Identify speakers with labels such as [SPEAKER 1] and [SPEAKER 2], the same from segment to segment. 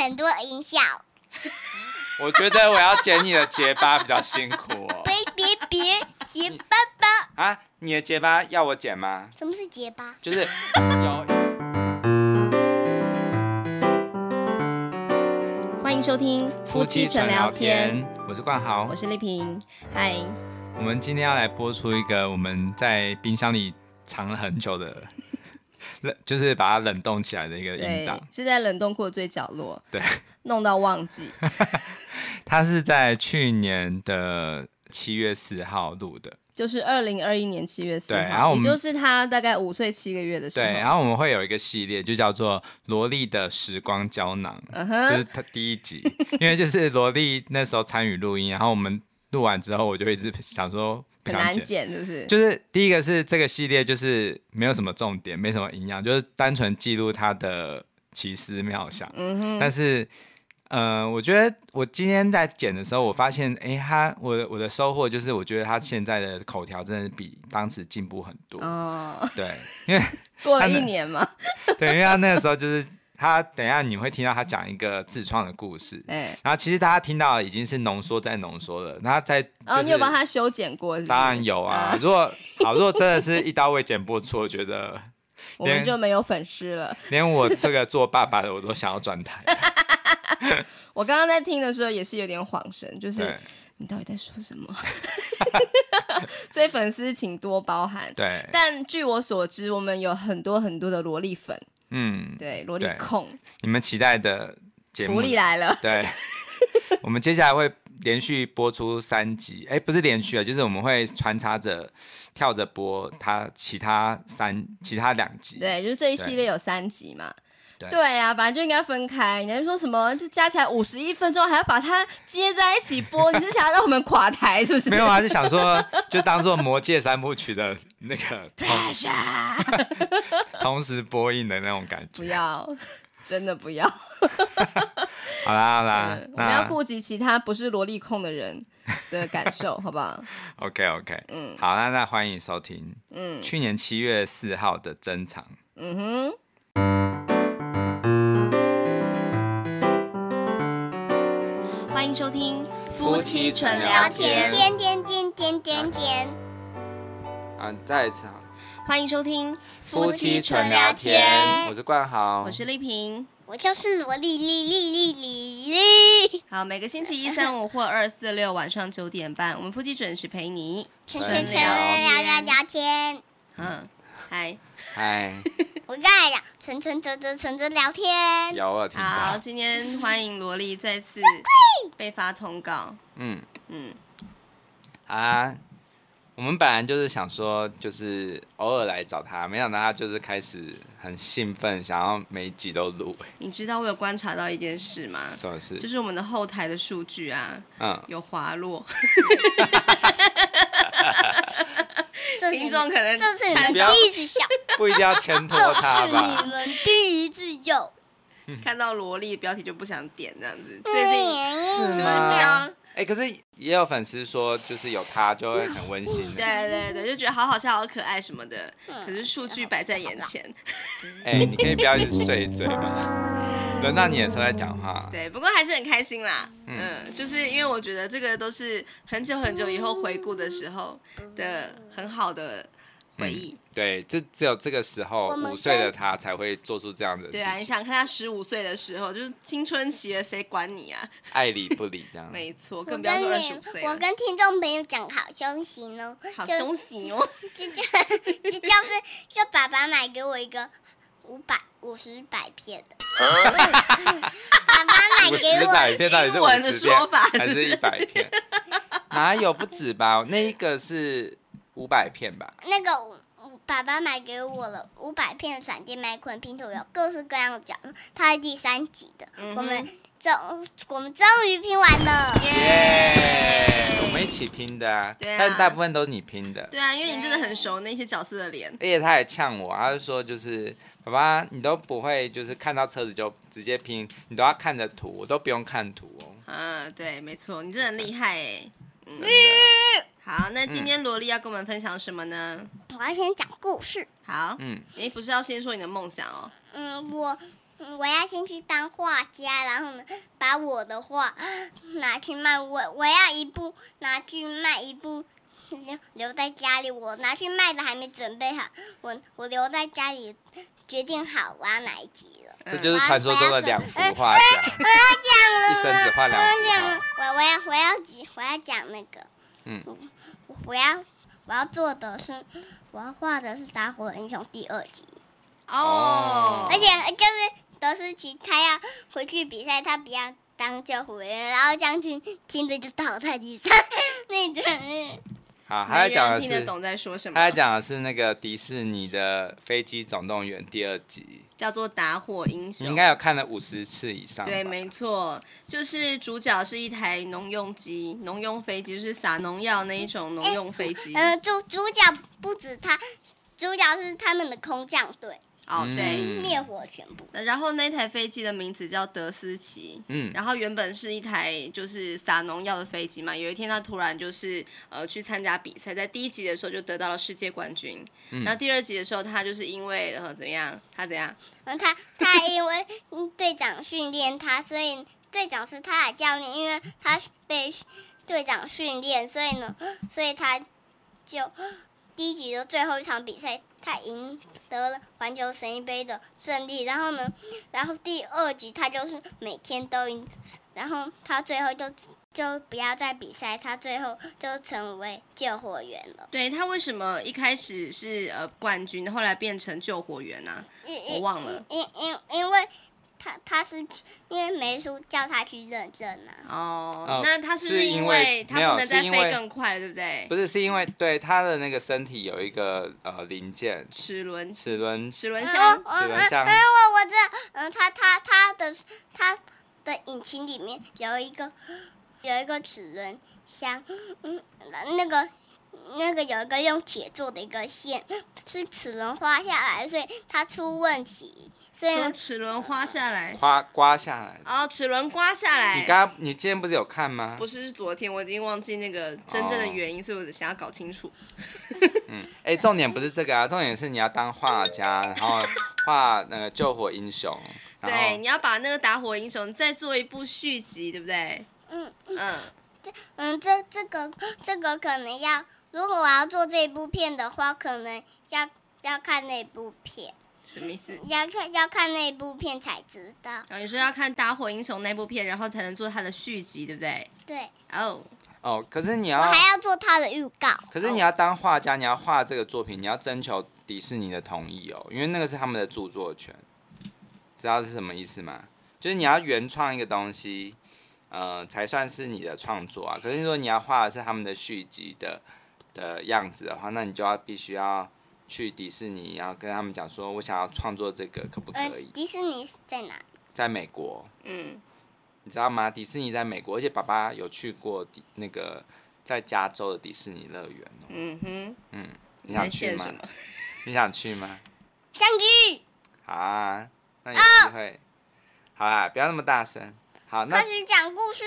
[SPEAKER 1] 很多音效，
[SPEAKER 2] 我觉得我要剪你的结巴比较辛苦哦。
[SPEAKER 3] 别别别，结巴巴，
[SPEAKER 2] 啊，你的结巴要我剪吗？
[SPEAKER 1] 什么是结巴？
[SPEAKER 2] 就是有
[SPEAKER 3] 欢迎收听，
[SPEAKER 2] 我是冠豪
[SPEAKER 3] 我。是丽萍，嗨，
[SPEAKER 2] 我们今天要来播出一个我们在冰箱里藏了很久的 冷，就是把它冷冻起来的一个音
[SPEAKER 3] 对
[SPEAKER 2] 档。，
[SPEAKER 3] 是在冷冻库的最角落，
[SPEAKER 2] 对，
[SPEAKER 3] 弄到忘记，
[SPEAKER 2] 它是在去年的七月四号录的，
[SPEAKER 3] 就是二零二一年七月四号，
[SPEAKER 2] 对然后我
[SPEAKER 3] 也
[SPEAKER 2] 们
[SPEAKER 3] 就是他大概五岁七个月的时
[SPEAKER 2] 对。
[SPEAKER 3] 候，
[SPEAKER 2] 然后我们会有一个系列，就叫做《萝莉的时光胶囊》。
[SPEAKER 3] 嗯
[SPEAKER 2] 这
[SPEAKER 3] 哼
[SPEAKER 2] 是，他第一集，因为就是萝莉那时候参与录音，然后我们录完之后，我就一直想说不
[SPEAKER 3] 很
[SPEAKER 2] 想
[SPEAKER 3] 难
[SPEAKER 2] 剪。
[SPEAKER 3] 剪，是不是？
[SPEAKER 2] 就是第一个是这个系列，就是没有什么重点，没什么营养，就是单纯记录他的奇思妙想。
[SPEAKER 3] 嗯哼，
[SPEAKER 2] 但是，呃，我觉得我今天在剪的时候，我发现，诶，他我的我的收获就是，我觉得他现在的口条真的比当时进步很多。
[SPEAKER 3] 哦，
[SPEAKER 2] 对，因为
[SPEAKER 3] 过了
[SPEAKER 2] 他
[SPEAKER 3] 一
[SPEAKER 2] 们
[SPEAKER 3] 年嘛，
[SPEAKER 2] 对，因为他那个时候就是他，等一下你会听到他讲一个自创的故事，
[SPEAKER 3] 哎，
[SPEAKER 2] 然后其实大家听到的已经是浓缩再浓缩了，然后在、就是、
[SPEAKER 3] 哦，你有帮？他修剪过是不是？
[SPEAKER 2] 当然有啊。
[SPEAKER 3] 嗯，
[SPEAKER 2] 如果好，如果真的是一刀未剪播出，我觉得
[SPEAKER 3] 我们
[SPEAKER 2] 连
[SPEAKER 3] 就没有粉丝了。
[SPEAKER 2] 连我这个做爸爸的我都想要转 台。
[SPEAKER 3] 我刚刚在听的时候也是有点恍神，就是
[SPEAKER 2] 对
[SPEAKER 3] 你到底在说什么？ 所以粉丝请多包涵。
[SPEAKER 2] 对，
[SPEAKER 3] 但据我所知，我们有很多很多的萝莉粉，
[SPEAKER 2] 嗯，
[SPEAKER 3] 对萝莉
[SPEAKER 2] 对
[SPEAKER 3] 控，
[SPEAKER 2] 你们期待的节目
[SPEAKER 3] 福利来了。
[SPEAKER 2] 对，我们接下来会连续播出三集，哎、不是连续啊，就是我们会穿插着跳着播它其他三其他两集。
[SPEAKER 3] 对，就是这一
[SPEAKER 2] 对
[SPEAKER 3] 系列有三集嘛。
[SPEAKER 2] 对
[SPEAKER 3] 对啊，本来就应该分开。你还说什么？就加起来五十一分钟，还要把它接在一起播？你是想要让我们垮台是不是？
[SPEAKER 2] 没有啊，就想说，就当做《魔戒》三部曲的那 个同
[SPEAKER 3] Pressure
[SPEAKER 2] 同时播映的那种感
[SPEAKER 3] 不
[SPEAKER 2] 觉。
[SPEAKER 3] 要，真的不要。
[SPEAKER 2] 好啦好啦
[SPEAKER 3] 嗯，我们 要
[SPEAKER 2] 那
[SPEAKER 3] 顾及其他不是萝莉控的人的感受，好不好？
[SPEAKER 2] OK OK，
[SPEAKER 3] 嗯
[SPEAKER 2] 好那那欢迎收听
[SPEAKER 3] 嗯
[SPEAKER 2] 去年七月四号的珍藏。
[SPEAKER 3] 嗯哼，欢迎收听
[SPEAKER 2] 夫妻纯聊天
[SPEAKER 1] 点点点点点点，
[SPEAKER 2] 啊，再一次好，
[SPEAKER 3] 欢迎收听
[SPEAKER 2] 我是冠豪，
[SPEAKER 3] 我是丽萍。
[SPEAKER 1] 我就是萝莉莉莉莉莉莉，
[SPEAKER 3] 好，每个星期一、三、五或二、四、六晚上九点半，我们夫妻准时陪你。
[SPEAKER 1] 纯
[SPEAKER 2] 纯
[SPEAKER 1] 纯纯
[SPEAKER 2] 聊
[SPEAKER 1] 聊聊聊天。
[SPEAKER 3] 嗯，嗨，
[SPEAKER 2] 哎，
[SPEAKER 1] 我刚才讲纯纯纯纯纯纯聊天，
[SPEAKER 2] 有我有听
[SPEAKER 3] 好，
[SPEAKER 2] 到，
[SPEAKER 3] 今天欢迎萝莉再次被发通告。
[SPEAKER 2] 嗯
[SPEAKER 3] 嗯，
[SPEAKER 2] 啊，我们本来就是想说，就是偶尔来找他，没想到他就是开始很兴奋，想要每一集都录，哎
[SPEAKER 3] 你知道我有观察到一件事吗？
[SPEAKER 2] 什么事？
[SPEAKER 3] 就是我们的后台的数据啊，
[SPEAKER 2] 嗯，
[SPEAKER 3] 有滑落，
[SPEAKER 1] 这是
[SPEAKER 3] 听众可能
[SPEAKER 1] 这是你们
[SPEAKER 2] 不要
[SPEAKER 1] 第一次笑，
[SPEAKER 2] 不一定要牵拖
[SPEAKER 1] 这
[SPEAKER 2] 他
[SPEAKER 1] 是
[SPEAKER 2] 吧
[SPEAKER 1] 你？们第一次笑。
[SPEAKER 3] 看到萝莉标题就不想点这样子。最近
[SPEAKER 1] 是
[SPEAKER 2] 是吗
[SPEAKER 3] 对啊，
[SPEAKER 2] 哎、可是也有粉丝说，就是有他就会很温馨。
[SPEAKER 3] 对对对，就觉得好好笑、好可爱什么的。
[SPEAKER 1] 嗯
[SPEAKER 3] 可是数据摆在眼前，
[SPEAKER 2] 哎、你可以不要一直碎嘴 嘛，轮到你的时候再讲话。
[SPEAKER 3] 对，不过还是很开心啦。
[SPEAKER 2] 嗯
[SPEAKER 3] 嗯，就是因为我觉得这个都是很久很久以后回顾的时候的
[SPEAKER 1] 嗯
[SPEAKER 3] 很好的回忆。
[SPEAKER 2] 对，这只有这个时候，
[SPEAKER 1] 我们
[SPEAKER 2] 五岁的他才会做出这样的
[SPEAKER 3] 对啊，你
[SPEAKER 2] 事情，
[SPEAKER 3] 想看他十五岁的时候，就是青春期了，谁管你啊？
[SPEAKER 2] 爱理不理这样。
[SPEAKER 3] 没错，
[SPEAKER 1] 我跟
[SPEAKER 3] 更不要说二十五
[SPEAKER 1] 你，
[SPEAKER 3] 岁
[SPEAKER 1] 我
[SPEAKER 3] 了。
[SPEAKER 1] 跟听众朋友讲好消息呢，
[SPEAKER 3] 好
[SPEAKER 1] 就
[SPEAKER 3] 凶喜哦！
[SPEAKER 1] 这叫这叫是就爸爸买给我一个五百五十百片的， 爸爸买
[SPEAKER 2] 啊五
[SPEAKER 1] 给
[SPEAKER 2] 十
[SPEAKER 1] 我
[SPEAKER 2] 百片到底是
[SPEAKER 3] 英
[SPEAKER 2] 五
[SPEAKER 3] 文的
[SPEAKER 2] 十
[SPEAKER 3] 说
[SPEAKER 2] 片
[SPEAKER 3] 法
[SPEAKER 2] 还是一百 片？哪有不止吧？那一个是五百片 吧？
[SPEAKER 1] 那个五五爸爸买给我了五百片的闪电麦昆拼图，有各式各样的奖，它是第三集的，
[SPEAKER 3] 嗯哼
[SPEAKER 1] 我们终我们终于拼完了。
[SPEAKER 2] 耶、我们一起拼的啊，
[SPEAKER 3] 啊对啊
[SPEAKER 2] 但大部分都是你拼的。
[SPEAKER 3] 对啊，因为你真的很熟那些角色的脸。
[SPEAKER 2] 而且他也呛我，他就说就是爸爸，你都不会就是看到车子就直接拼，你都要看着图，我都不用看图哦。
[SPEAKER 3] 嗯，对，没错，你真的很厉害哎。
[SPEAKER 2] 真的
[SPEAKER 3] 好，那
[SPEAKER 2] 嗯
[SPEAKER 3] 今天萝莉要跟我们分享什么呢？
[SPEAKER 1] 我要先讲故事，
[SPEAKER 3] 好，
[SPEAKER 2] 嗯，
[SPEAKER 3] 诶，不是要先说你的梦想哦。
[SPEAKER 1] 嗯，我嗯我要先去当画家，然后呢，把我的画拿去卖。我我要一部拿去卖，一部留留在家里。我拿去卖的还没准备好，我我留在家里，决定好我要哪一集了。
[SPEAKER 3] 嗯
[SPEAKER 2] 这就是传说
[SPEAKER 3] 哎
[SPEAKER 2] 中的两幅画家，一生只画两
[SPEAKER 1] 我要
[SPEAKER 2] 幅
[SPEAKER 1] 讲，
[SPEAKER 2] 画。
[SPEAKER 1] 我我要我要讲，我要讲那个，
[SPEAKER 2] 嗯
[SPEAKER 1] 我，我我要我要做的是，我要画的是《打火英雄》第二集。
[SPEAKER 2] 哦
[SPEAKER 1] 而且就是德斯奇，他要回去比赛，他不要当救护员，然后这样听听着就倒在地上 那种。
[SPEAKER 2] 好，他在啊
[SPEAKER 3] 没人
[SPEAKER 2] 讲的
[SPEAKER 3] 听得
[SPEAKER 2] 是，
[SPEAKER 3] 懂在说什么。
[SPEAKER 2] 他在讲的是那个迪士尼的《飞机总动员》第二集，
[SPEAKER 3] 叫做打火英
[SPEAKER 2] 你
[SPEAKER 3] 雄，
[SPEAKER 2] 应该有看了五十次以上吧。
[SPEAKER 3] 哦对，没错，就是主角是一台农用机，农用飞机，就是撒农药那一种农用飞机。
[SPEAKER 1] 呃，主主角不止他，主角是他们的空降队，
[SPEAKER 3] 哦，对。
[SPEAKER 2] 嗯
[SPEAKER 1] 灭火全部。
[SPEAKER 3] 那然后那台飞机的名字叫德斯奇，
[SPEAKER 2] 嗯，
[SPEAKER 3] 然后原本是一台就是撒农药的飞机嘛，有一天他突然就是呃去参加比赛，在第一集的时候就得到了世界冠军，
[SPEAKER 2] 嗯
[SPEAKER 3] 然后第二集的时候他就是因为呃怎么样，他怎样，
[SPEAKER 1] 然嗯后他他因为嗯队长训练他，所以队长是他的教练，因为他被队长训练，所以呢，所以他就第一集的最后一场比赛，他赢得了环球神一杯的胜利。然后呢，然后第二集他就是每天都赢，然后他最后就就不要再比赛，他最后就成为救火员了。
[SPEAKER 3] 对他为什么一开始是呃冠军，后来变成救火员啊？
[SPEAKER 1] 因
[SPEAKER 3] 我
[SPEAKER 1] 因
[SPEAKER 3] 忘了
[SPEAKER 1] 因因因为他他是因为梅叔叫他去认证啊。
[SPEAKER 3] 哦，
[SPEAKER 2] 哦
[SPEAKER 3] 那他是不
[SPEAKER 2] 是
[SPEAKER 3] 是
[SPEAKER 2] 因
[SPEAKER 3] 因
[SPEAKER 2] 为
[SPEAKER 3] 为他
[SPEAKER 2] 没有
[SPEAKER 3] 不能再
[SPEAKER 2] 是因为
[SPEAKER 3] 飞更快了，对不对？
[SPEAKER 2] 不是，是因为对他的那个身体有一个呃零件
[SPEAKER 3] 齿轮，
[SPEAKER 2] 齿轮
[SPEAKER 3] 齿轮
[SPEAKER 1] 嗯
[SPEAKER 3] 箱，
[SPEAKER 1] 嗯
[SPEAKER 2] 齿轮
[SPEAKER 1] 嗯
[SPEAKER 2] 箱
[SPEAKER 1] 嗯，我我知道，嗯，它它它的它的引擎里面有一个有一个齿轮箱，嗯，那个那个有一个用铁做的一个线，是齿轮滑下来，所以它出问题，所以
[SPEAKER 3] 从
[SPEAKER 1] 呢，
[SPEAKER 3] 齿轮滑下来，
[SPEAKER 2] 刮刮下来。
[SPEAKER 3] 哦，齿轮刮下
[SPEAKER 2] 你
[SPEAKER 3] 来。
[SPEAKER 2] 刚刚你今天不是有看吗？
[SPEAKER 3] 不是，是昨天我已经忘记那个真正的
[SPEAKER 2] 哦
[SPEAKER 3] 原因，所以我想要搞清楚。
[SPEAKER 2] 嗯，哎、重点不是这个啊，重点是你要当画家，然后画那个救火英雄，然
[SPEAKER 3] 对，
[SPEAKER 2] 后
[SPEAKER 3] 你要把那个打火英雄再做一部续集，对不对？
[SPEAKER 1] 嗯
[SPEAKER 3] 嗯，
[SPEAKER 1] 嗯，这这个这个可能要，如果我要做这部片的话，可能要要看那部片，
[SPEAKER 3] 什么意思？
[SPEAKER 1] 要看要看那部片才知道，
[SPEAKER 3] 啊，你说要看《打火英雄》那部片，然后才能做它的续集，对不对？
[SPEAKER 1] 对
[SPEAKER 3] 哦，
[SPEAKER 2] 哦，可是你
[SPEAKER 1] 我
[SPEAKER 2] 要，
[SPEAKER 1] 还要做它的预告。
[SPEAKER 2] 可是你要当画家，你要画这个作品，你要征求迪士尼的同意哦，因为那个是他们的著作权，知道是什么意思吗？就是你要原创一个东西，呃，才算是你的创作啊。可是说你要画的是他们的续集的的样子的话，那你就要必须要去迪士尼，然后跟他们讲说，我想要创作这个，可不
[SPEAKER 1] 嗯、
[SPEAKER 2] 可以？
[SPEAKER 1] 迪士尼是在哪？
[SPEAKER 2] 在美国，
[SPEAKER 3] 嗯，
[SPEAKER 2] 你知道吗？迪士尼在美国，而且爸爸有去过迪那个在加州的迪士尼乐园哦。
[SPEAKER 3] 嗯哼，
[SPEAKER 2] 嗯，你
[SPEAKER 3] 你
[SPEAKER 2] 想
[SPEAKER 3] 在
[SPEAKER 2] 去
[SPEAKER 3] 写
[SPEAKER 2] 吗
[SPEAKER 3] 什？么？
[SPEAKER 2] 你想去吗？
[SPEAKER 1] 章鱼，
[SPEAKER 2] 好啊，那有机会。好啦，不要那么大声。好，那
[SPEAKER 1] 开始讲故事。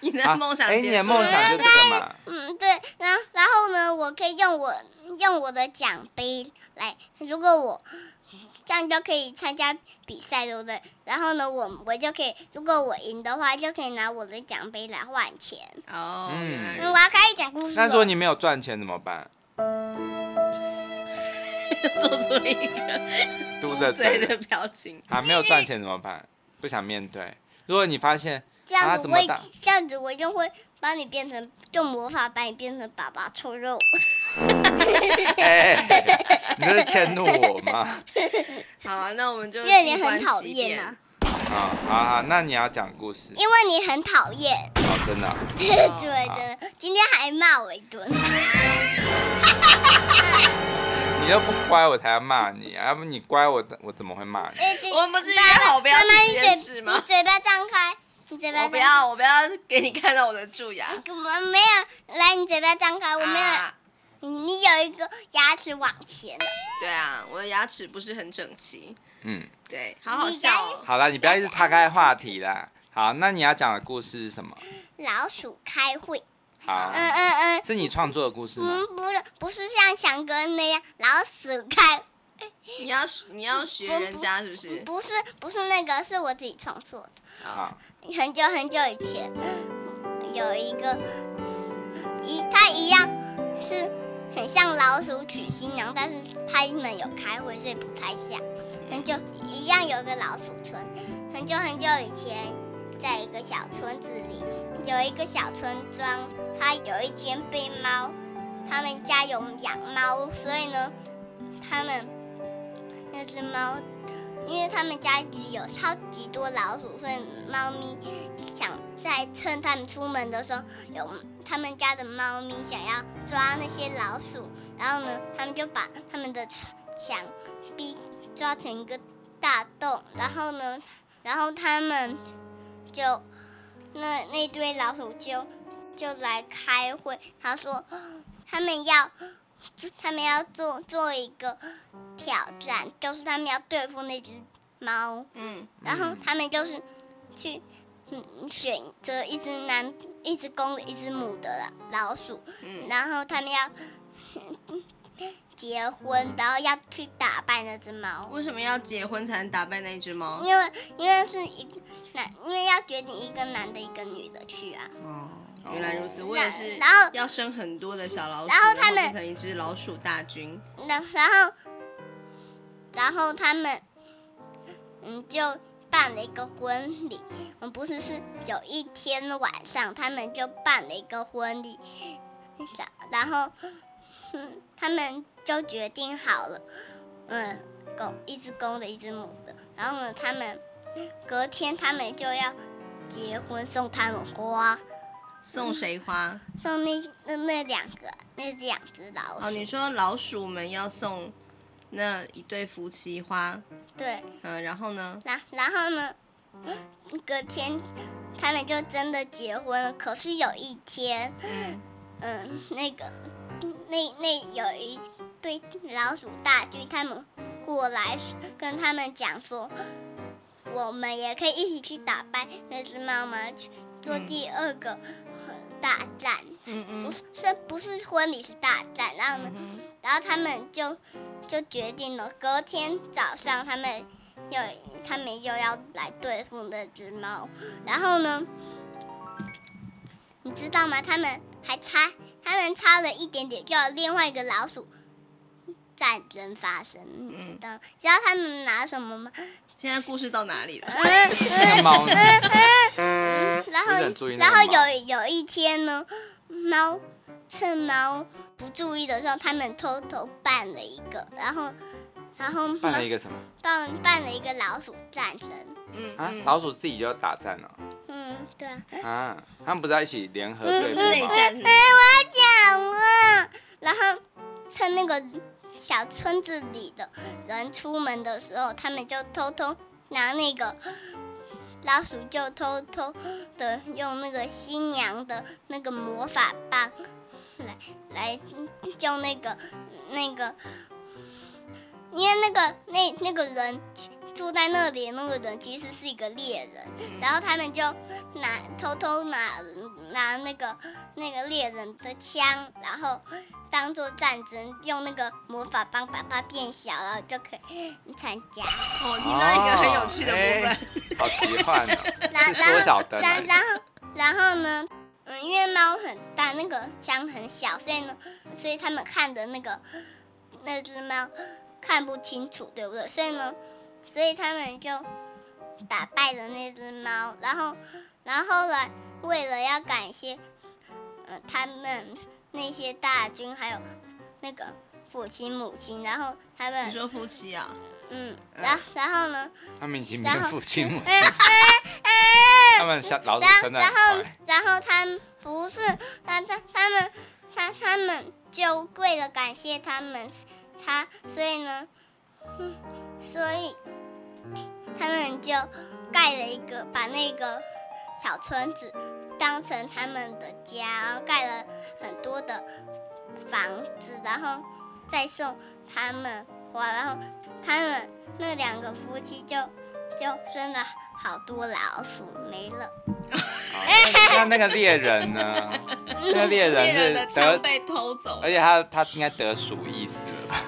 [SPEAKER 3] 你
[SPEAKER 2] 啊
[SPEAKER 3] 的梦想
[SPEAKER 2] 哎，你
[SPEAKER 3] 结
[SPEAKER 2] 的
[SPEAKER 3] 束
[SPEAKER 2] 梦
[SPEAKER 3] 了哎
[SPEAKER 2] 想就这个嘛。
[SPEAKER 1] 嗯，对，然后然后呢，我可以用我用我的奖杯来，如果我这样就可以参加比赛，对不对？然后呢，我我就可以，如果我赢的话，就可以拿我的奖杯来换钱。
[SPEAKER 3] 哦，
[SPEAKER 2] 嗯
[SPEAKER 3] 原来
[SPEAKER 1] 嗯，
[SPEAKER 3] 如
[SPEAKER 1] 我要开始讲故事了。
[SPEAKER 2] 那如果你没有赚钱怎么办？
[SPEAKER 3] 此做出了一个
[SPEAKER 2] 嘟着
[SPEAKER 3] 嘴的
[SPEAKER 2] 嘴。
[SPEAKER 3] 表情。
[SPEAKER 2] 啊，没有赚钱怎么办？不想面对。如果你发现
[SPEAKER 1] 这样
[SPEAKER 2] 啊
[SPEAKER 1] 子
[SPEAKER 2] 怎
[SPEAKER 1] 我
[SPEAKER 2] 么
[SPEAKER 1] 也、
[SPEAKER 2] 打
[SPEAKER 1] 这样子我就会把你变成用魔法把你变成粑粑臭肉。
[SPEAKER 2] 哎、你这是迁怒我吗？
[SPEAKER 3] 好啊，那我们就
[SPEAKER 1] 因为你
[SPEAKER 3] 静观
[SPEAKER 1] 很讨
[SPEAKER 3] 其
[SPEAKER 1] 厌
[SPEAKER 3] 变
[SPEAKER 1] 啊，
[SPEAKER 2] 啊、好好，那你要讲故事
[SPEAKER 1] 因为你很讨厌。
[SPEAKER 2] 哦，真的哦、
[SPEAKER 1] 对真的，今天还骂我一 顿。
[SPEAKER 2] 你又不乖，我才要骂你啊！要不你乖我，我怎么会骂你？
[SPEAKER 1] 哎对
[SPEAKER 3] 我们之间
[SPEAKER 1] 妈妈
[SPEAKER 3] 好不要
[SPEAKER 1] 妈妈
[SPEAKER 3] 提
[SPEAKER 1] 你
[SPEAKER 3] 这
[SPEAKER 1] 嘴
[SPEAKER 3] 件事吗
[SPEAKER 1] 你嘴巴张开，你嘴巴
[SPEAKER 3] 我不
[SPEAKER 1] 张
[SPEAKER 3] 要，
[SPEAKER 1] 开。
[SPEAKER 3] 我不要给你看到我的蛀牙。
[SPEAKER 1] 我没有，来，你嘴巴张开，我没有，
[SPEAKER 3] 啊
[SPEAKER 1] 你你有一个牙齿往前的，
[SPEAKER 3] 对啊，我的牙齿不是很整齐。
[SPEAKER 2] 嗯，
[SPEAKER 3] 对，好好
[SPEAKER 1] 你
[SPEAKER 3] 笑
[SPEAKER 1] 牙
[SPEAKER 3] 哦、
[SPEAKER 2] 好啦，你不要一直岔开话题啦。好，那你要讲的故事是什么？
[SPEAKER 1] 老鼠开会，
[SPEAKER 2] 好，
[SPEAKER 1] 嗯
[SPEAKER 4] 呃
[SPEAKER 1] 嗯嗯，
[SPEAKER 2] 是你创作的故事吗？
[SPEAKER 1] 嗯，不是不是像强哥那样老鼠开
[SPEAKER 4] 你要你要学人家是不是？
[SPEAKER 1] 不是不是那个，是我自己创作的。
[SPEAKER 4] 嗯
[SPEAKER 2] 好，
[SPEAKER 1] 很久很久以前，有一个嗯一，它一样是很像老鼠娶新娘，但是他们有开会，所以不太像。很久一样有个老鼠村，很久很久以前，在一个小村子里，有一个小村庄，它有一天被猫，他们家有养猫，所以呢，他们那只猫因为他们家里有超级多老鼠，所以猫咪想在趁他们出门的时候，有他们家的猫咪想要抓那些老鼠，然后呢，他们就把他们的窗墙壁抓成一个大洞，然后呢，然后他们就那那堆老鼠就就来开会，他说 他们要就他们要做做一个挑战，就是他们要对付那只猫，
[SPEAKER 4] 嗯，
[SPEAKER 1] 然后
[SPEAKER 2] 嗯
[SPEAKER 1] 他们就是去嗯选择一只男、一只公的、一只母的老鼠，
[SPEAKER 4] 嗯
[SPEAKER 1] 然后他们要 嗯结婚，然后要去打败那只猫。
[SPEAKER 4] 为什么要结婚才能打败那只猫？
[SPEAKER 1] 因为因为是一个男，因为要决定一个男的，一个女的去啊。
[SPEAKER 4] 哦，原来如此，我也是
[SPEAKER 1] 然后
[SPEAKER 4] 要生很多的小老鼠，
[SPEAKER 1] 然后他们
[SPEAKER 4] 变成一只老鼠大军。
[SPEAKER 1] 那然后，然后他们，嗯，就办了一个婚礼。嗯，不是，是有一天晚上，他们就办了一个婚礼。然然后，嗯，他们就决定好了，嗯，公一只公的，一只母的。然后呢，他们隔天他们就要结婚，送他们花，
[SPEAKER 4] 送谁花？
[SPEAKER 1] 送那那那两个那两只老鼠。
[SPEAKER 4] 哦，你说老鼠们要送那一对夫妻花，
[SPEAKER 1] 对。
[SPEAKER 4] 嗯，然后呢？
[SPEAKER 1] 然然后呢，隔天他们就真的结婚了。可是有一天，
[SPEAKER 4] 嗯
[SPEAKER 1] 嗯，那个那那有一对老鼠大军，他们过来跟他们讲说，我们也可以一起去打败那只猫吗？去做
[SPEAKER 4] 嗯
[SPEAKER 1] 第二个、呃大战。
[SPEAKER 4] 嗯
[SPEAKER 1] 不
[SPEAKER 4] 嗯
[SPEAKER 1] 是，是不是婚礼是大战？然后呢，
[SPEAKER 4] 嗯
[SPEAKER 1] 然后他们就就决定了，隔天早上他们又他们又要来对付那只猫。然后呢，你知道吗？他们还差，他们差了一点点就有另外一个老鼠战争发生，你知道？你知道他们拿什么吗？
[SPEAKER 4] 现在故事到哪里了？
[SPEAKER 2] 那猫呢？
[SPEAKER 1] 嗯然
[SPEAKER 2] 不是很注
[SPEAKER 1] 后
[SPEAKER 2] 意，那
[SPEAKER 1] 然
[SPEAKER 2] 个
[SPEAKER 1] 后
[SPEAKER 2] 猫
[SPEAKER 1] 有有一天呢，猫趁猫不注意的时候，他们偷偷办了一个，然后，然后猫
[SPEAKER 2] 办了
[SPEAKER 1] 办
[SPEAKER 2] 一个什么
[SPEAKER 1] 办了一个老鼠战神。
[SPEAKER 4] 嗯
[SPEAKER 2] 啊？
[SPEAKER 4] 嗯
[SPEAKER 2] 老鼠自己就要打战了
[SPEAKER 1] 嗯，对啊，
[SPEAKER 2] 啊？他们不是要一起联合对
[SPEAKER 1] 嗯
[SPEAKER 4] 内
[SPEAKER 2] 付吗？
[SPEAKER 4] 战是不是
[SPEAKER 1] 讲啊，然后趁那个小村子里的人出门的时候，他们就偷偷拿那个。老鼠就偷偷的用那个新娘的那个魔法棒来来用那个那个，因为那个那那个人住在那里，那个人其实是一个猎人，然后他们就拿偷偷拿拿那个那个猎人的枪，然后当做战争，用那个魔法棒把它变小了，就可以参加。
[SPEAKER 4] 哦，听到一个很有趣的部分。
[SPEAKER 2] 分，哦哎好奇 幻哦，
[SPEAKER 1] 然
[SPEAKER 2] 是缩
[SPEAKER 1] 然后
[SPEAKER 2] 小灯啊。
[SPEAKER 1] 然然后然后呢，嗯，因为猫很大，那个枪很小，所以呢，所以他们看的那个那只猫看不清楚，对不对？所以呢，所以他们就打败了那只猫。然后，然后后来为了要感谢，呃，他们那些大军还有那个父亲母亲，然后他
[SPEAKER 2] 哦
[SPEAKER 4] 你
[SPEAKER 1] 们
[SPEAKER 4] 说夫妻啊？
[SPEAKER 1] 嗯，然然后呢，
[SPEAKER 2] 他们已经
[SPEAKER 1] 然
[SPEAKER 2] 变
[SPEAKER 1] 后
[SPEAKER 2] 父亲 母
[SPEAKER 1] 嗯
[SPEAKER 4] 呃
[SPEAKER 2] 亲，
[SPEAKER 1] 嗯嗯。
[SPEAKER 2] 他们小老鼠
[SPEAKER 1] 然后
[SPEAKER 2] 真的
[SPEAKER 1] 然
[SPEAKER 2] 很
[SPEAKER 1] 后
[SPEAKER 2] 乖。
[SPEAKER 1] 然后他们不是他他他们他他们就为了感谢他们他，所以呢，嗯，所以他们就盖了一个把那个小村子当成他们的家，然后盖了很多的房子，然后再送他们花，然后他们那两个夫妻就就生了好多老鼠没了。
[SPEAKER 2] 好那那那个猎人呢？ 那个
[SPEAKER 4] 猎
[SPEAKER 2] 猎
[SPEAKER 4] 人
[SPEAKER 2] 人
[SPEAKER 4] 的
[SPEAKER 2] 是哎
[SPEAKER 4] 枪
[SPEAKER 2] 得，
[SPEAKER 4] 被偷走
[SPEAKER 2] 而，且他他应该得鼠疫死了吧？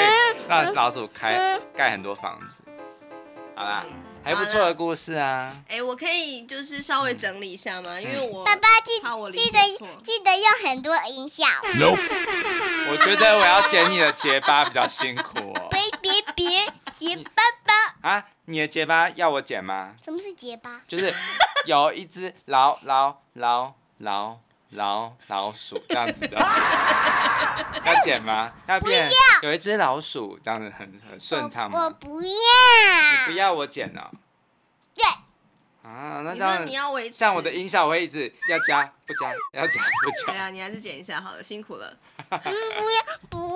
[SPEAKER 2] 让老鼠开盖很多房子。好啦，还不错的故事啊。
[SPEAKER 4] 哎、我可以就是稍微整理一下吗？因为
[SPEAKER 2] 嗯
[SPEAKER 4] 我
[SPEAKER 1] 爸爸记
[SPEAKER 4] 怕我理解
[SPEAKER 1] 记得
[SPEAKER 4] 错。
[SPEAKER 1] 记得用很多音效，
[SPEAKER 2] 我觉得我要剪你的结巴比较辛苦哦。
[SPEAKER 1] 别别别结巴巴，
[SPEAKER 2] 啊，你的结巴要我剪吗？
[SPEAKER 1] 什么是结巴？
[SPEAKER 2] 就是有一只老老老老老老鼠这样子的，要剪吗？要变有一只老鼠这样子很很顺畅
[SPEAKER 1] 我我
[SPEAKER 2] 吗？
[SPEAKER 1] 不
[SPEAKER 2] 不
[SPEAKER 1] 要，
[SPEAKER 2] 要我剪哦。
[SPEAKER 1] 对，
[SPEAKER 2] 啊，那
[SPEAKER 4] 你
[SPEAKER 2] 这
[SPEAKER 4] 说
[SPEAKER 2] 样
[SPEAKER 4] 你要维持，
[SPEAKER 2] 像我的音效，我会一直要加不加，要加不
[SPEAKER 4] 对
[SPEAKER 2] 加。
[SPEAKER 4] 啊，你还是剪一下好了，辛苦了。
[SPEAKER 1] 不要。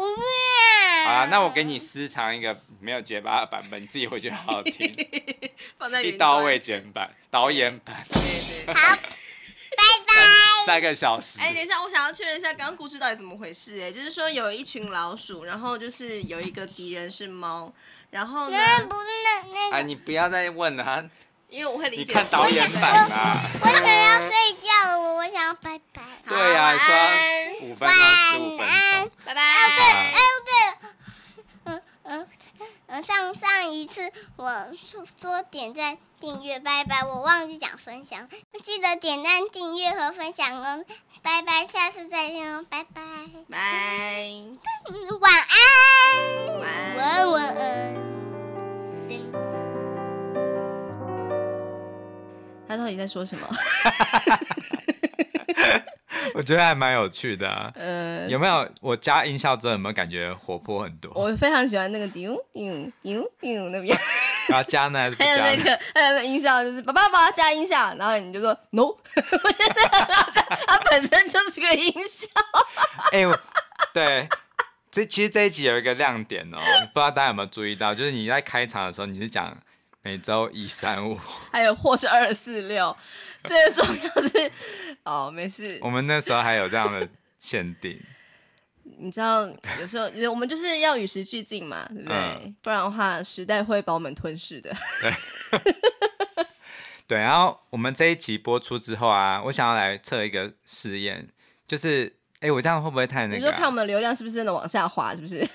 [SPEAKER 2] 好啦，那我给你私藏一个没有结巴的版本，你自己回去好 好听，
[SPEAKER 4] 放在
[SPEAKER 2] 一
[SPEAKER 4] 云
[SPEAKER 2] 刀
[SPEAKER 4] 端哎
[SPEAKER 2] 未。剪版、导演版，
[SPEAKER 4] 对对。
[SPEAKER 1] 好，
[SPEAKER 2] 三个小时。
[SPEAKER 4] 哎、等一下，我想要确认一下刚刚故事到底怎么回事、哎，就是说有一群老鼠，然后就是有一个敌人是猫，然后呢，
[SPEAKER 1] 那不是那那
[SPEAKER 2] 哎，
[SPEAKER 1] 个，
[SPEAKER 2] 你不要再问了啊，
[SPEAKER 4] 因为我会理
[SPEAKER 2] 你
[SPEAKER 4] 解
[SPEAKER 2] 看
[SPEAKER 4] 错
[SPEAKER 2] 导演版啊啦。
[SPEAKER 1] 我想要睡觉了，我我想要拜拜，
[SPEAKER 4] 好
[SPEAKER 2] 对呀、
[SPEAKER 4] 晚安
[SPEAKER 2] 说啊五分钟、十五分
[SPEAKER 1] 晚安
[SPEAKER 2] 钟。
[SPEAKER 4] 拜拜。哦
[SPEAKER 1] 哎对了，嗯嗯嗯，上上一次我说说点赞、订阅、拜拜，我忘记讲分享，记得点赞、订阅和分享哦，拜拜，下次再见哦，拜拜，
[SPEAKER 4] 拜，
[SPEAKER 1] 嗯晚安，
[SPEAKER 4] 晚安
[SPEAKER 1] 晚安晚安。叮
[SPEAKER 4] 他到底在说什么？
[SPEAKER 2] 我觉得还蛮有趣的、啊。
[SPEAKER 4] 呃，
[SPEAKER 2] 有没有我加音效之后有没有感觉活泼很多？
[SPEAKER 4] 我非常喜欢那个丢丢丢丢那 边，
[SPEAKER 2] 然后啊加呢还是不
[SPEAKER 3] 还有
[SPEAKER 2] 加
[SPEAKER 3] 那
[SPEAKER 2] 呢？
[SPEAKER 3] 个还有那个音效，就是爸爸爸爸加音效，然后你就说 no，我 觉得很好笑，它本身就是个音效。
[SPEAKER 2] 哎、我对，这其实这一集有一个亮点哦，不知道大家有没有注意到，就是你在开场的时候你是讲每周一三五，
[SPEAKER 3] 还有或是二四六，最重要是哦，没事
[SPEAKER 2] 我，们那时候还有这样的限定。
[SPEAKER 3] 你知道有时候就是我们就是要与时俱进嘛，对不对？
[SPEAKER 2] 嗯
[SPEAKER 3] 不然的话，时代会把我们吞噬的。
[SPEAKER 2] 对，然后我们这一集播出之后啊，我想要来测一个试验，就是哎、我这样会不会太那
[SPEAKER 3] 你
[SPEAKER 2] 个、
[SPEAKER 3] 说看我
[SPEAKER 2] 啊？
[SPEAKER 3] 们的流量是不是真的往下滑？是不是？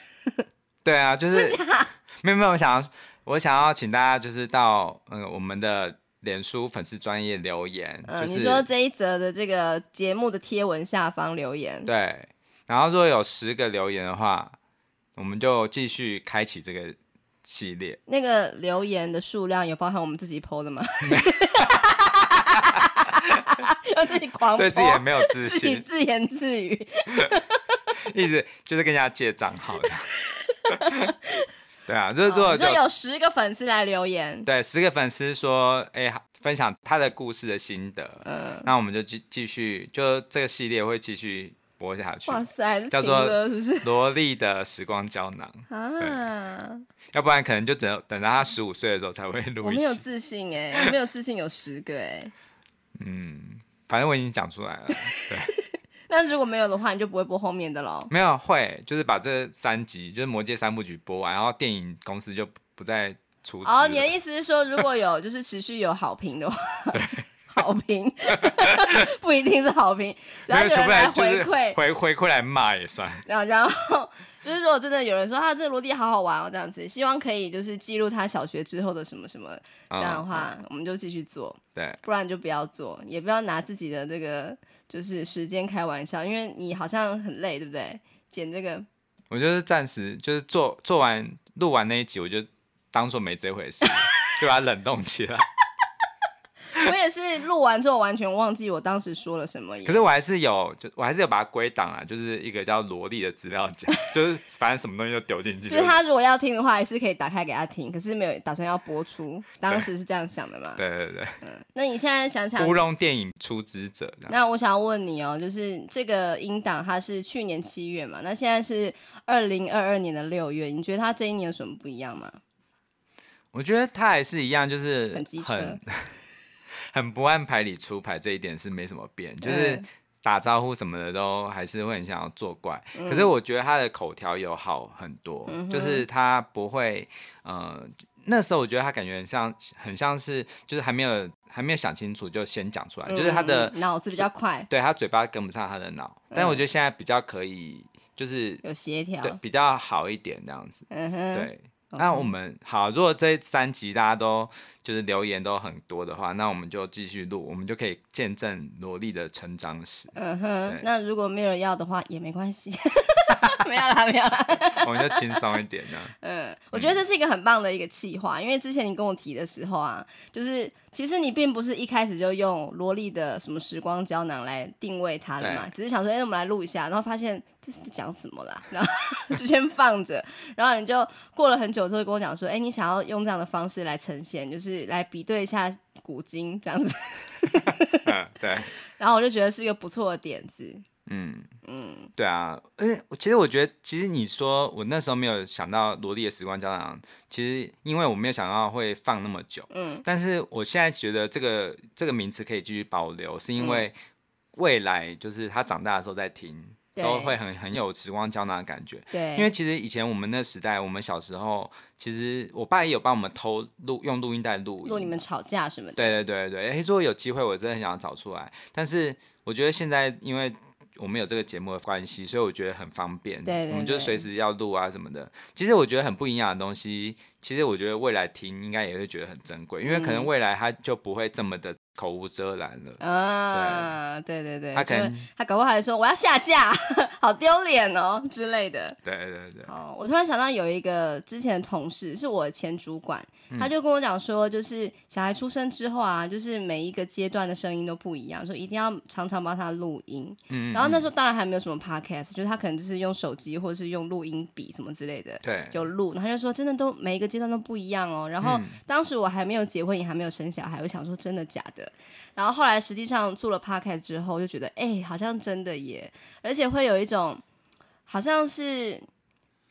[SPEAKER 2] 对啊，就是
[SPEAKER 3] 真假？
[SPEAKER 2] 没有没有，我想要我想要请大家就是到嗯、呃我们的脸书粉丝专业留言，
[SPEAKER 3] 嗯，
[SPEAKER 2] 就是
[SPEAKER 3] 你说这一则的这个节目的贴文下方留言，
[SPEAKER 2] 对，然后如果有十个留言的话，我们就继续开启这个系列。
[SPEAKER 3] 那个留言的数量有包含我们自己 PO 的吗？ 要自己狂 po
[SPEAKER 2] 对自己也没有自
[SPEAKER 3] 自己
[SPEAKER 2] 信，
[SPEAKER 3] 自言自语，
[SPEAKER 2] 一直就是跟人家借账号的。 对啊，就是如
[SPEAKER 3] 哦
[SPEAKER 2] 果
[SPEAKER 3] 你说有十个粉丝来留言，
[SPEAKER 2] 对十个粉丝说，哎、分享他的故事的心得，
[SPEAKER 3] 嗯，
[SPEAKER 2] 那我们就继继续，就这个系列会继续播下去。
[SPEAKER 3] 哇塞，这
[SPEAKER 2] 叫
[SPEAKER 3] 情
[SPEAKER 2] 做嗯
[SPEAKER 3] 歌是不是
[SPEAKER 2] 萝莉的时光胶囊，
[SPEAKER 3] 啊？
[SPEAKER 2] 要不然可能就只能等到他十五岁的时候才会录
[SPEAKER 3] 我没
[SPEAKER 2] 一
[SPEAKER 3] 有
[SPEAKER 2] 集。
[SPEAKER 3] 自信哎、我没有自信有十个哎、
[SPEAKER 2] 嗯，反正我已经讲出来了。
[SPEAKER 3] 那如果没有的话，你就不会播后面的喽。
[SPEAKER 2] 没有会，就是把这三集，就是《魔戒》三部曲播完，然后电影公司就不再出资了。
[SPEAKER 3] 哦，你的意思是说，如果有就是持续有好评的话，好评 不一定是好评，只
[SPEAKER 2] 没
[SPEAKER 3] 要
[SPEAKER 2] 有，
[SPEAKER 3] 有
[SPEAKER 2] 除
[SPEAKER 3] 人
[SPEAKER 2] 非
[SPEAKER 3] 来
[SPEAKER 2] 就
[SPEAKER 3] 回
[SPEAKER 2] 是
[SPEAKER 3] 馈，
[SPEAKER 2] 回回馈来骂也算。
[SPEAKER 3] 然后然后就是如果真的有人说啊，这个罗蒂好好玩哦，这样子，希望可以就是记录他小学之后的什么什么，这样的话、我们就继续做，
[SPEAKER 2] 嗯对，
[SPEAKER 3] 不然就不要做，也不要拿自己的这个就是时间开玩笑，因为你好像很累，对不对？剪这个
[SPEAKER 2] 我就是暂时就是做做完录完那一集，我就当做没这回 事，就把它冷冻起来。
[SPEAKER 3] 我也是录完之后完全忘记我当时说了什么耶。
[SPEAKER 2] 可是我还是有，就我还是有把它归档啊，就是一个叫萝莉的资料夹，就是反正什么东西都丢进去。
[SPEAKER 3] 就是他如果要听的话，还是可以打开给他听，可是没有打算要播出。当时是这样想的嘛？
[SPEAKER 2] 对对对，
[SPEAKER 3] 那你现在想想，
[SPEAKER 2] 乌龙电影出资者这样。
[SPEAKER 3] 那我想要问你哦，就是这个音档它是去年七月嘛，那现在是二零二二年的六月，你觉得它这一年有什么不一样吗？
[SPEAKER 2] 我觉得他还是一样，就是
[SPEAKER 3] 很机车
[SPEAKER 2] 很 很不按牌理出牌，这一点是没什么变，就是
[SPEAKER 3] 嗯
[SPEAKER 2] 打招呼什么的都还是会很想要作怪。
[SPEAKER 3] 嗯
[SPEAKER 2] 可是我觉得他的口条有好很多，就是他不会呃那时候我觉得他感觉很像，很像是就是还没有还没有想清楚就先讲出来，就是他的
[SPEAKER 3] 嗯脑子比较快，
[SPEAKER 2] 对他嘴巴跟不上他的脑，但我觉得现在比较可以，就是
[SPEAKER 3] 有协调
[SPEAKER 2] 对。比较好一点这样子。
[SPEAKER 3] 嗯哼，，
[SPEAKER 2] 对，那我们好，如果这三集大家都就是留言都很多的话，那我们就继续录，我们就可以见证萝莉的成长史
[SPEAKER 3] 嗯哼
[SPEAKER 2] 对，
[SPEAKER 3] 那如果没有人要的话也没 关系，没有啦，没有啦。
[SPEAKER 2] 我们就轻松一点呢。
[SPEAKER 3] 嗯，我觉得这是一个很棒的一个企划，因为之前你跟我提的时候啊，就是其实你并不是一开始就用萝莉的什么时光胶囊来定位它了嘛，只是想说，哎、那我们来录一下，然后发现这是讲什么啦， 然后就先放着，然后你就过了很久之后跟我讲说，哎、你想要用这样的方式来呈现，就是来比对一下古今这样子，
[SPEAKER 2] 嗯，对，
[SPEAKER 3] 然后我就觉得是一个不错的点子，
[SPEAKER 2] 嗯。
[SPEAKER 3] 嗯
[SPEAKER 2] 对啊，而且其实我觉得，其实你说我那时候没有想到萝莉的时光胶囊，其实因为我没有想到会放那么久，
[SPEAKER 3] 嗯
[SPEAKER 2] 但是我现在觉得这个这个名词可以继续保留，是
[SPEAKER 3] 嗯
[SPEAKER 2] 因为未来就是他长大的时候再听，
[SPEAKER 3] 对
[SPEAKER 2] 都会很很有时光胶囊的感觉。
[SPEAKER 3] 对，
[SPEAKER 2] 因为其实以前我们那时代，我们小时候，其实我爸也有帮我们偷录用录音带录
[SPEAKER 3] 如果你
[SPEAKER 2] 音
[SPEAKER 3] 们吵架什么的，
[SPEAKER 2] 对对对对，哎、如果有机会，我真的很想找出来。但是我觉得现在因为我们有这个节目的关系，所以我觉得很方便，
[SPEAKER 3] 对对
[SPEAKER 2] 我们就
[SPEAKER 3] 对
[SPEAKER 2] 随时要录啊什么的。其实我觉得很不营养的东西，其实我觉得未来听应该也会觉得很珍贵，因为可能
[SPEAKER 3] 嗯
[SPEAKER 2] 未来它就不会这么的口无遮拦了。
[SPEAKER 3] 啊，对对对，
[SPEAKER 2] 他可
[SPEAKER 3] 就会
[SPEAKER 2] 能
[SPEAKER 3] 他搞不好还说我要下架， 好丢脸哦之类的。
[SPEAKER 2] 对对对，
[SPEAKER 3] 哦，我突然想到有一个之前的同事，是我的前主管，
[SPEAKER 2] 嗯
[SPEAKER 3] 他就跟我讲说，就是小孩出生之后啊，就是每一个阶段的声音都不一样，说一定要常常帮他录音。
[SPEAKER 2] 嗯，
[SPEAKER 3] 然后那时
[SPEAKER 2] 候
[SPEAKER 3] 候当然还没有什么 podcast，就是他可能就是用手机或者是用录音笔什么之类的。
[SPEAKER 2] 对
[SPEAKER 3] 有录，然后他就说真的都每一个阶段都不一样哦。然后
[SPEAKER 2] 嗯
[SPEAKER 3] 当时我还没有结婚，也还没有生小孩，我想说真的假的。然后后来实际上做了 podcast 之后，就觉得哎、好像真的耶，而且会有一种好像是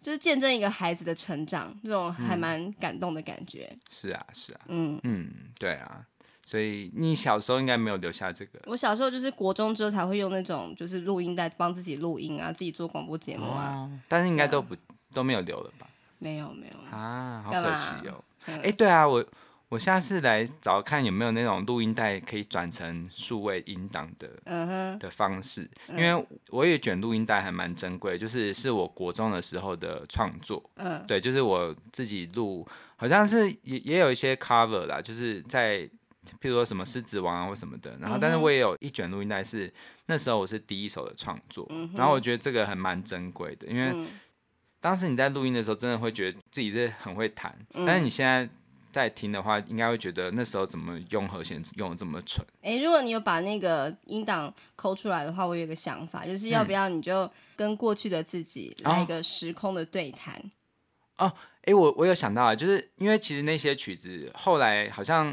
[SPEAKER 3] 就是见证一个孩子的成长，这种
[SPEAKER 2] 嗯
[SPEAKER 3] 还蛮感动的感觉。
[SPEAKER 2] 是啊是啊，
[SPEAKER 3] 嗯，
[SPEAKER 2] 嗯对啊，所以你小时候应该没有留下这个。
[SPEAKER 3] 我小时候就是国中之后才会用那种就是录音带帮自己录音啊，自己做广播节目啊。
[SPEAKER 2] 哦，但是应该都不、都没有留了吧？
[SPEAKER 3] 没有没有，
[SPEAKER 2] 啊，好
[SPEAKER 3] 干
[SPEAKER 2] 可
[SPEAKER 3] 嘛
[SPEAKER 2] 惜哦。
[SPEAKER 3] 嗯
[SPEAKER 2] 哎、对啊，我我下次来找看有没有那种录音带可以转成数位音档的
[SPEAKER 3] 嗯哼，
[SPEAKER 2] 的方式，因为我也卷录音带还蛮珍贵，就是是我国中的时候的创作，
[SPEAKER 3] 嗯
[SPEAKER 2] 对，就是我自己录，好像是也也有一些 cover 啦，就是在。譬如说什么狮子王啊或什么的，然后但
[SPEAKER 3] 嗯
[SPEAKER 2] 是我也有一卷录音带是那时候我是第一手的创作，
[SPEAKER 3] 嗯哼
[SPEAKER 2] 然后我觉得这个还蛮珍贵的，因为
[SPEAKER 3] 嗯，
[SPEAKER 2] 当时你在录音的时候，真的会觉得自己是很会弹，
[SPEAKER 3] 嗯
[SPEAKER 2] 但是你现在在听的话，应该会觉得那时候怎么用和弦用的这么蠢。
[SPEAKER 3] 哎、如果你有把那个音档抠出来的话，我有一个想法，就是要不要你就跟过去的自己
[SPEAKER 2] 哦
[SPEAKER 3] 来一个时空的对谈？
[SPEAKER 2] 诶，我我有想到啊，就是因为其实那些曲子后来好像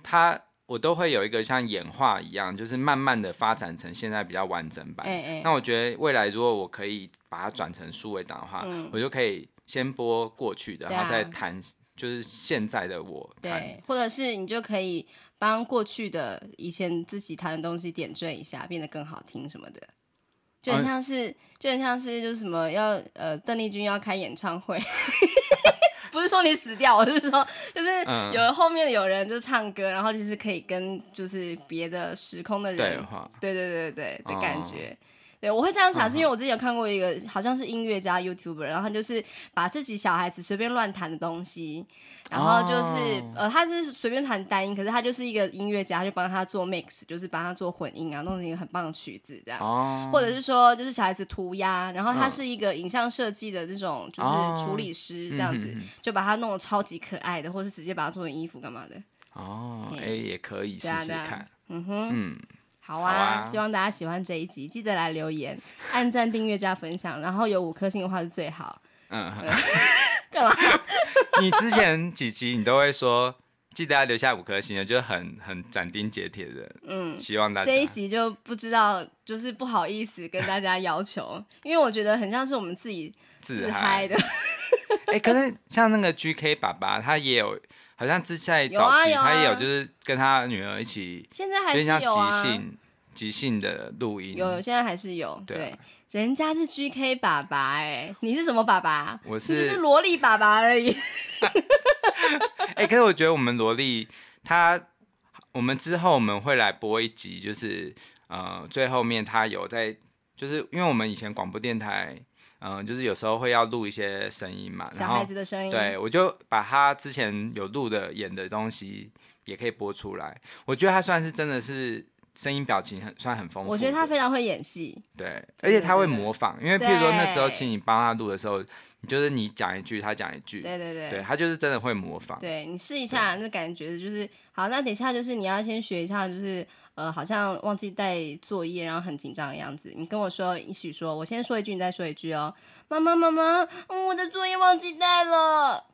[SPEAKER 2] 它我都会有一个像演化一样，就是慢慢的发展成现在比较完整版。
[SPEAKER 3] 哎哎
[SPEAKER 2] 那我觉得未来如果我可以把它转成数位档的话，
[SPEAKER 3] 嗯
[SPEAKER 2] 我就可以先播过去的，
[SPEAKER 3] 对
[SPEAKER 2] 然后再
[SPEAKER 3] 啊
[SPEAKER 2] 弹就是现在的我弹。
[SPEAKER 3] 对，或者是你就可以帮过去的以前自己弹的东西点缀一下，变得更好听什么
[SPEAKER 2] 呃
[SPEAKER 3] 的。就很
[SPEAKER 2] 哎
[SPEAKER 3] 像是，就很像是，就是什么要呃，邓丽君要开演唱会， 不是说你死掉，我是说，就是
[SPEAKER 2] 嗯
[SPEAKER 3] 有后面有人就唱歌，然后就是可以跟就是别的时空的
[SPEAKER 2] 对
[SPEAKER 3] 人
[SPEAKER 2] 的话，
[SPEAKER 3] 对对对对的感
[SPEAKER 2] 哦
[SPEAKER 3] 觉。对，我会这样想，
[SPEAKER 2] 嗯
[SPEAKER 3] 是因为我之前有看过一个好像是音乐家 YouTuber，然后他就是把自己小孩子随便乱弹的东西，然后就是、
[SPEAKER 2] 哦
[SPEAKER 3] 呃，他是随便弹单音，可是他就是一个音乐家，他就帮他做 mix，就是帮他做混音啊，弄成一个很棒的曲子这样。
[SPEAKER 2] 哦，
[SPEAKER 3] 或者是说，就是小孩子涂鸦，然后他
[SPEAKER 2] 嗯
[SPEAKER 3] 是一个影像设计的这种，就是
[SPEAKER 2] 哦
[SPEAKER 3] 处理师这样子，
[SPEAKER 2] 嗯哼哼
[SPEAKER 3] 就把它弄得超级可爱的，或是直接把它做成衣服干嘛的。
[SPEAKER 2] 哦，
[SPEAKER 3] 嘿
[SPEAKER 2] 哎、也可以试
[SPEAKER 3] 对啊
[SPEAKER 2] 试
[SPEAKER 3] 对啊
[SPEAKER 2] 看。
[SPEAKER 3] 嗯哼，
[SPEAKER 2] 嗯，
[SPEAKER 3] 好
[SPEAKER 2] 好
[SPEAKER 3] 啊，
[SPEAKER 2] 啊
[SPEAKER 3] 希望大家喜欢这一集，记得来 留言、按赞、订阅、加分享，然后有五颗星的话是最好。
[SPEAKER 2] 嗯，
[SPEAKER 3] 干嘛？
[SPEAKER 2] 你之前几集你都会说，记得要留下五颗星的，就是很很斩钉截铁的，
[SPEAKER 3] 嗯，
[SPEAKER 2] 希望大家
[SPEAKER 3] 这一集就不知道，就是不好意思跟大家 要求，因为我觉得很像是我们自己
[SPEAKER 2] 自
[SPEAKER 3] 自嗨的。。
[SPEAKER 2] 哎、可是像那个 GK 爸爸，他也有，好像之前
[SPEAKER 3] 有
[SPEAKER 2] 早
[SPEAKER 3] 啊
[SPEAKER 2] 期、
[SPEAKER 3] 有啊
[SPEAKER 2] 他也有，就是跟他女儿一起，
[SPEAKER 3] 现在
[SPEAKER 2] 有
[SPEAKER 3] 还
[SPEAKER 2] 点
[SPEAKER 3] 是
[SPEAKER 2] 像
[SPEAKER 3] 有
[SPEAKER 2] 即
[SPEAKER 3] 啊，
[SPEAKER 2] 兴即兴的录音。
[SPEAKER 3] 有现在还是有
[SPEAKER 2] 对啊
[SPEAKER 3] 对。人家是 GK 爸爸哎、你是什么爸爸？
[SPEAKER 2] 我
[SPEAKER 3] 你只是
[SPEAKER 2] 是
[SPEAKER 3] 萝莉爸爸而已。
[SPEAKER 2] 哎、可是我觉得我们萝莉她，我们之后我们会来播一集，就是呃最后面她有在，就是因为我们以前广播电台，嗯、就是有时候会要录一些声音嘛，
[SPEAKER 3] 小
[SPEAKER 2] 然
[SPEAKER 3] 孩
[SPEAKER 2] 后
[SPEAKER 3] 子的声音，
[SPEAKER 2] 对我就把她之前有录的演的东西也可以播出来，我觉得她算是真的是。声音表情很算很丰富的，
[SPEAKER 3] 我觉得他非常会演戏，
[SPEAKER 2] 对，而
[SPEAKER 3] 真
[SPEAKER 2] 且
[SPEAKER 3] 的
[SPEAKER 2] 他会
[SPEAKER 3] 真的
[SPEAKER 2] 模仿，因为譬如说那时候
[SPEAKER 3] 对
[SPEAKER 2] 请你帮他录的时候，你就是你讲一句，他讲一句，
[SPEAKER 3] 对对对。
[SPEAKER 2] 对他就是真的会模仿。
[SPEAKER 3] 对你试一下，那感觉就是好。那等一下就是你要先学一下，就是呃，好像忘记带作业，然后很紧张的样子。你跟我说一起说，我先说一句，你再说一句哦。妈妈，妈妈，嗯我的作业忘记带了。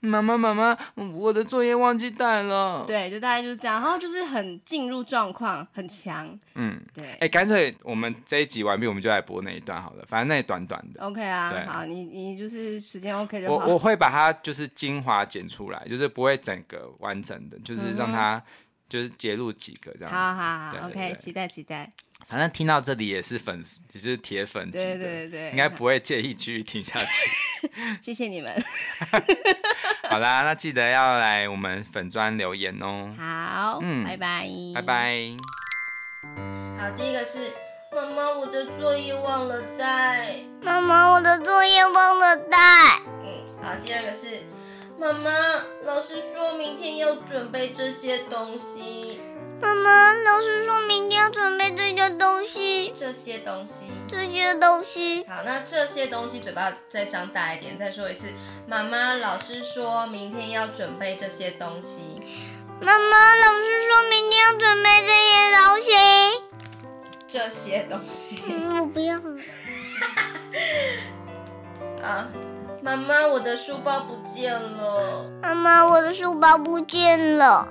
[SPEAKER 2] 妈妈，妈妈，嗯我的作业忘记带了。，
[SPEAKER 3] 对，就大概就是这样，然后就是很进入状况，很强。
[SPEAKER 2] 嗯，
[SPEAKER 3] 对、
[SPEAKER 2] 哎，干脆我们这一集完毕，我们就来播那一段好了，反正那也短短的。
[SPEAKER 3] o k 啊
[SPEAKER 2] 对，
[SPEAKER 3] 好，你你就是时间 OK 就
[SPEAKER 2] 我
[SPEAKER 3] 好。
[SPEAKER 2] 我会把它就是精华剪出来，就是不会整个完整的，就是让它就是截录几个这样子。
[SPEAKER 3] 嗯好好
[SPEAKER 2] 对
[SPEAKER 3] 好
[SPEAKER 2] 对
[SPEAKER 3] ，OK，
[SPEAKER 2] 对
[SPEAKER 3] 期待期待。
[SPEAKER 2] 反正听到这里也是粉丝，也是铁粉级的，
[SPEAKER 3] 对对对对，
[SPEAKER 2] 应该不会介意继续听下去。
[SPEAKER 3] 谢谢你们。
[SPEAKER 2] 好啦，那记得要来我们粉砖留言哦，
[SPEAKER 3] 好，
[SPEAKER 2] 嗯
[SPEAKER 3] 拜拜，
[SPEAKER 2] 拜。拜。
[SPEAKER 3] 好，第一个是妈妈，我的作业忘了带。
[SPEAKER 1] 妈妈，我的作业忘了带。
[SPEAKER 3] 嗯，好，第二个是妈妈，老师说明天要准备这些东西，
[SPEAKER 1] 妈妈，老师说明天要准备这些东西，
[SPEAKER 3] 这些东西。
[SPEAKER 1] 这些东西。
[SPEAKER 3] 好，那这些东西嘴巴再张大一点，再说一次。妈妈，老师说明天要准备这些东西。
[SPEAKER 1] 妈妈，老师说明天要准备这些东西。
[SPEAKER 3] 这些东西
[SPEAKER 1] 嗯，我不要了。
[SPEAKER 3] 啊，妈妈，我的书包不见了。
[SPEAKER 1] 妈妈，我的书包不见了。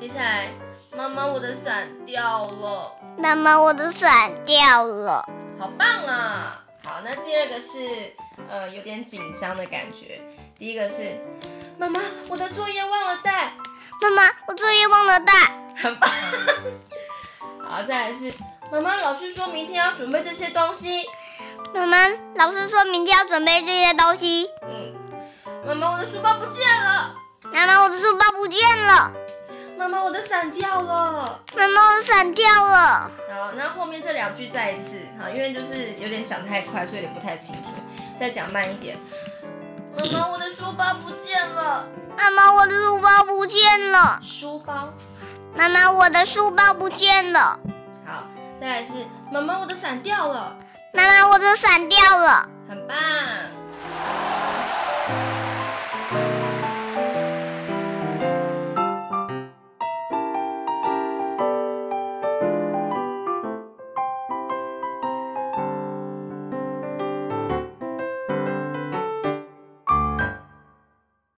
[SPEAKER 3] 接下来，妈妈，我的伞掉了，
[SPEAKER 1] 妈妈，我的伞掉了。
[SPEAKER 3] 好棒啊！好，那第二个是呃有点紧张的感觉，第一个是妈妈，我的作业忘了带，
[SPEAKER 1] 妈妈，我作业忘了带。
[SPEAKER 3] 很棒。好，再来是妈妈，老师说明天要准备这些东西。
[SPEAKER 1] 妈妈，老师说明天要准备这些东西。
[SPEAKER 3] 嗯，妈妈，我的书包不见了，
[SPEAKER 1] 妈妈，我的书包不见了。
[SPEAKER 3] 妈妈，我的伞掉了。
[SPEAKER 1] 妈妈，我的伞掉了。
[SPEAKER 3] 好，那后面这两句再一次，好，因为就是有点讲太快，所以有点不太清楚，再讲慢一点。妈妈，我的书包不见了，
[SPEAKER 1] 妈妈，我的书包不见了。
[SPEAKER 3] 书包。
[SPEAKER 1] 妈妈，我的书包不见了。
[SPEAKER 3] 好，再来是妈妈，我的伞掉了，
[SPEAKER 1] 妈妈，我的伞掉了。
[SPEAKER 3] 很棒。